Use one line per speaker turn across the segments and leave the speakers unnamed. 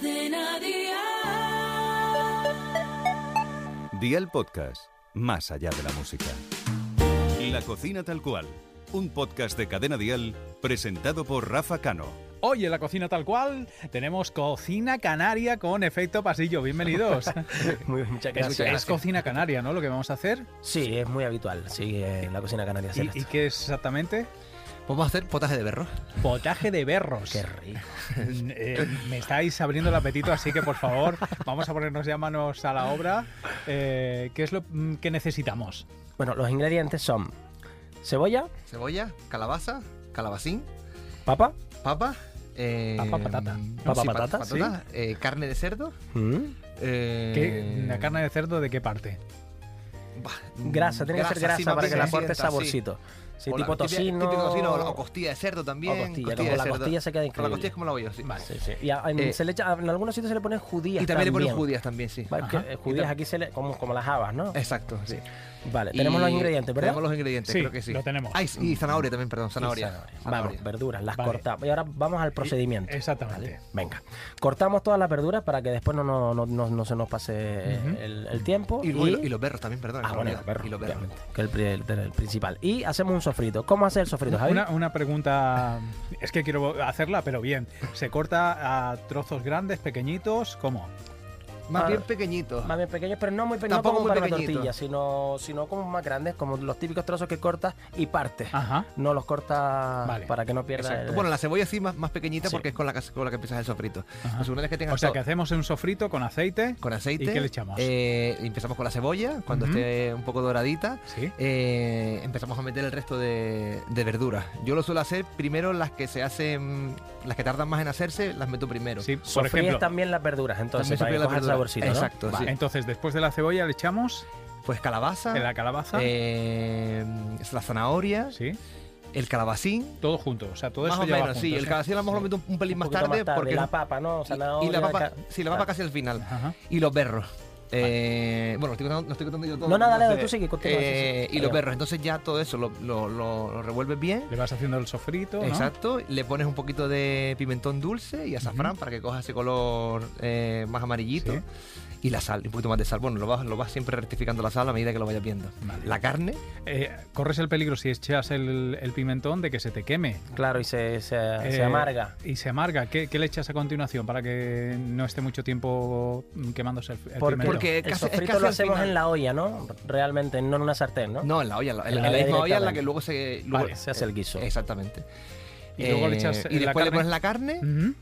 cadena Dial.
Dial Podcast, más allá de la música. La cocina tal cual, un podcast de cadena Dial presentado por Rafa Cano.
Hoy en la cocina tal cual tenemos cocina canaria con efecto pasillo. Bienvenidos.
muy, muchas gracias.
Es, es, cocina canaria, ¿no? Lo que vamos a hacer.
Sí, es muy habitual. Sí, en la cocina canaria.
¿Y, esto. ¿Y qué es exactamente?
Vamos a hacer potaje de berros.
Potaje de berros.
Qué rico.
Eh, me estáis abriendo el apetito, así que por favor, vamos a ponernos ya manos a la obra. Eh, ¿Qué es lo que necesitamos?
Bueno, los ingredientes son cebolla,
cebolla, calabaza, calabacín,
papa,
papa, em,
eh, papa patata.
Papa sí, patata,
patata sí. eh, carne de cerdo.
Mm.
Eh, ¿La carne de cerdo de qué parte?
Bah, grasa, tiene grasa, que ser grasa sí, para que le aporte saborcito. Sí,
o
tipo tocino.
Típico tocino o costilla de cerdo también.
O costilla, costilla de
la
cerdo. costilla se queda increíble.
La costilla es como la voy yo, sí.
Vale. Sí, sí. Y a, en, eh, se le echa, en algunos sitios se le ponen judías.
Y también, también. le ponen judías también, sí.
Vale, que, judías aquí se le, como, como las habas, ¿no?
Exacto, sí.
Vale, tenemos los ingredientes, ¿verdad? Mm.
Tenemos los ingredientes,
sí,
creo que sí.
Lo tenemos.
Ah, y zanahoria también, perdón, zanahoria. zanahoria.
zanahoria. Vamos, verduras, las vale. cortamos. Y ahora vamos al procedimiento.
Exactamente. Vale.
Venga. Cortamos todas las verduras para que después no, no, no, no, no se nos pase uh -huh. el, el, tiempo.
Y, y, y, los berros también, perdón.
Ah, bueno, los berros, y los berros. Que el, el, el, principal. Y hacemos un sofrito. ¿Cómo hace el sofrito, Javi?
Una, una pregunta. es que quiero hacerla, pero bien. ¿Se corta a trozos grandes, pequeñitos? ¿Cómo?
Más ah, bien pequeñitos.
Más bien pequeños, pero no muy pequeños.
Tampoco
no
muy
para la tortilla, sino, sino como más grandes, como los típicos trozos que cortas y partes.
Ajá.
No los cortas vale. para que no pierdas.
Ah. Bueno, la cebolla sí más, más pequeñita sí. porque es con la, que, con la que empiezas el sofrito.
La segunda vez que tengas Ah. o sea, todo. que hacemos un sofrito con aceite.
Con aceite.
¿Y qué le echamos?
Eh, empezamos con la cebolla, cuando uh -huh. esté un poco doradita.
Sí.
Eh, empezamos a meter el resto de, de verduras. Yo lo suelo hacer primero las que se hacen, las que tardan más en hacerse, las meto primero.
Sí, por Sofríes ejemplo, también las verduras, entonces. Saborcito,
Exacto.
¿no?
Sí.
Entonces, después de la cebolla le echamos.
Pues calabaza.
La calabaza.
Eh, la zanahoria.
Sí.
El calabacín.
Todo junto, o sea, todo más eso
o menos,
junto,
sí.
O sea,
el calabacín a lo mejor lo meto un, pelín un más, tarde más, tarde porque...
la papa, ¿no? Zanahoria,
y la papa, sí, la papa casi al final. Ajá. Y los berros. Eh, bueno, estoy contando, no estoy contando yo todo.
No, nada, nada, tú sigue, continúa.
Eh, sí, sí. Y los perros, entonces ya todo eso lo, lo, lo, lo, revuelves bien.
Le vas haciendo el sofrito.
Exacto, ¿no? le pones un poquito de pimentón dulce y azafrán uh -huh. para que coja ese color eh, más amarillito. ¿Sí? Y la sal, un poquito más de sal. Bueno, lo vas, lo vas siempre rectificando la sal a medida que lo vayas viendo. Vale. La carne.
Eh, corres el peligro si echas el, el, pimentón de que se te queme.
Claro, y se, se,
Eh,
se amarga.
Y se amarga. ¿Qué, ¿Qué, le echas a continuación para que no esté mucho tiempo quemándose el, el
porque,
pimentón?
Porque el casi, sofrito lo hacemos en la olla, ¿no? Realmente, no en una sartén, ¿no?
No, en la olla, en la, en la, la misma olla en la que luego se, luego,
vale, se hace el guiso.
Exactamente.
Y, eh, luego le echas
y después le pones la carne
uh -huh.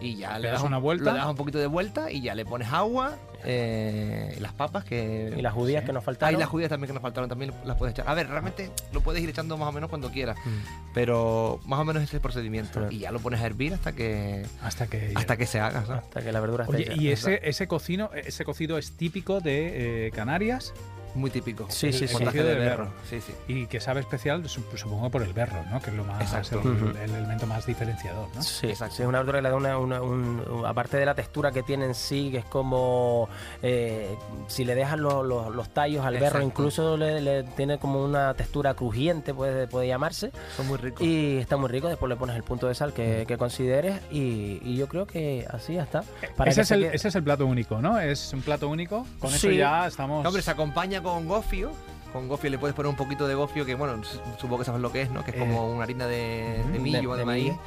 y ya
le, le das un, una vuelta.
Le das un poquito de vuelta y ya le pones agua, eh, las papas que...
Y las judías sí. que nos faltaron.
Ah, y las judías también que nos faltaron, también las puedes echar. A ver, realmente lo puedes ir echando más o menos cuando quieras, mm. pero más o menos ese es el procedimiento. Sí. Y ya lo pones a hervir hasta que...
Hasta que...
Hasta que se haga, ¿no?
Hasta que la verdura
Oye,
esté
y hecha. ese, ese, cocino, ese cocido es típico de eh, Canarias.
Muy típico.
Sí, sí, sí.
El de, de berro.
Sí, sí. Y que sabe especial, supongo, por el berro, ¿no? Que es lo más, exacto. El, el, elemento más diferenciador, ¿no?
Sí, exacto. Sí, es una verdura que le da una, una un, aparte de la textura que tiene en sí, que es como, eh, si le dejas los, los, los tallos al exacto. berro, incluso le, le, tiene como una textura crujiente, puede, puede llamarse.
Son muy ricos.
Y está muy rico, después le pones el punto de sal
Mm.
que, que consideres y, y, yo creo que así ya está.
Para ese, es el, ese, es el, plato único, ¿no? Es un plato único, con sí. eso ya estamos...
No, hombre, se acompaña con gofio. Con gofio le puedes poner un poquito de gofio, que bueno, supongo que sabes lo que es, ¿no? Que es como eh, una harina de, de millo o de, de, maíz, millo.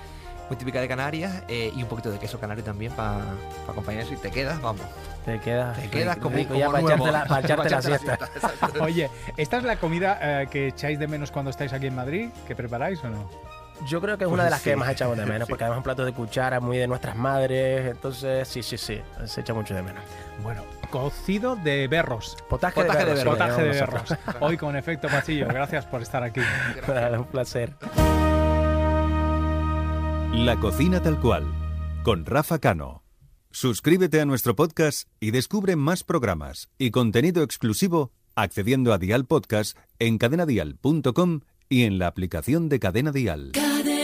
muy típica de Canarias, eh, y un poquito de queso canario también para pa acompañar eso. Y te quedas, vamos.
Te quedas,
te quedas como, rico,
ya
como
para, echarte la, para, echarte la, siesta. La
siesta Oye, ¿esta es la comida eh, que echáis de menos cuando estáis aquí en Madrid? ¿Que preparáis o no?
Yo creo que es pues una de las sí. que más echamos de menos, sí. porque además es un plato de cuchara muy de nuestras madres, entonces sí, sí, sí, se echa mucho de menos.
Bueno, cocido de berros.
Potaje, potaje de, berros.
Potaje de berros. Potaje de berros. Hoy con efecto pasillo, gracias por estar aquí.
Nada, un placer.
La cocina tal cual, con Rafa Cano. Suscríbete a nuestro podcast y descubre más programas y contenido exclusivo accediendo a Dial Podcast en cadenadial.com y en la aplicación de Cadena Dial.
Cadena.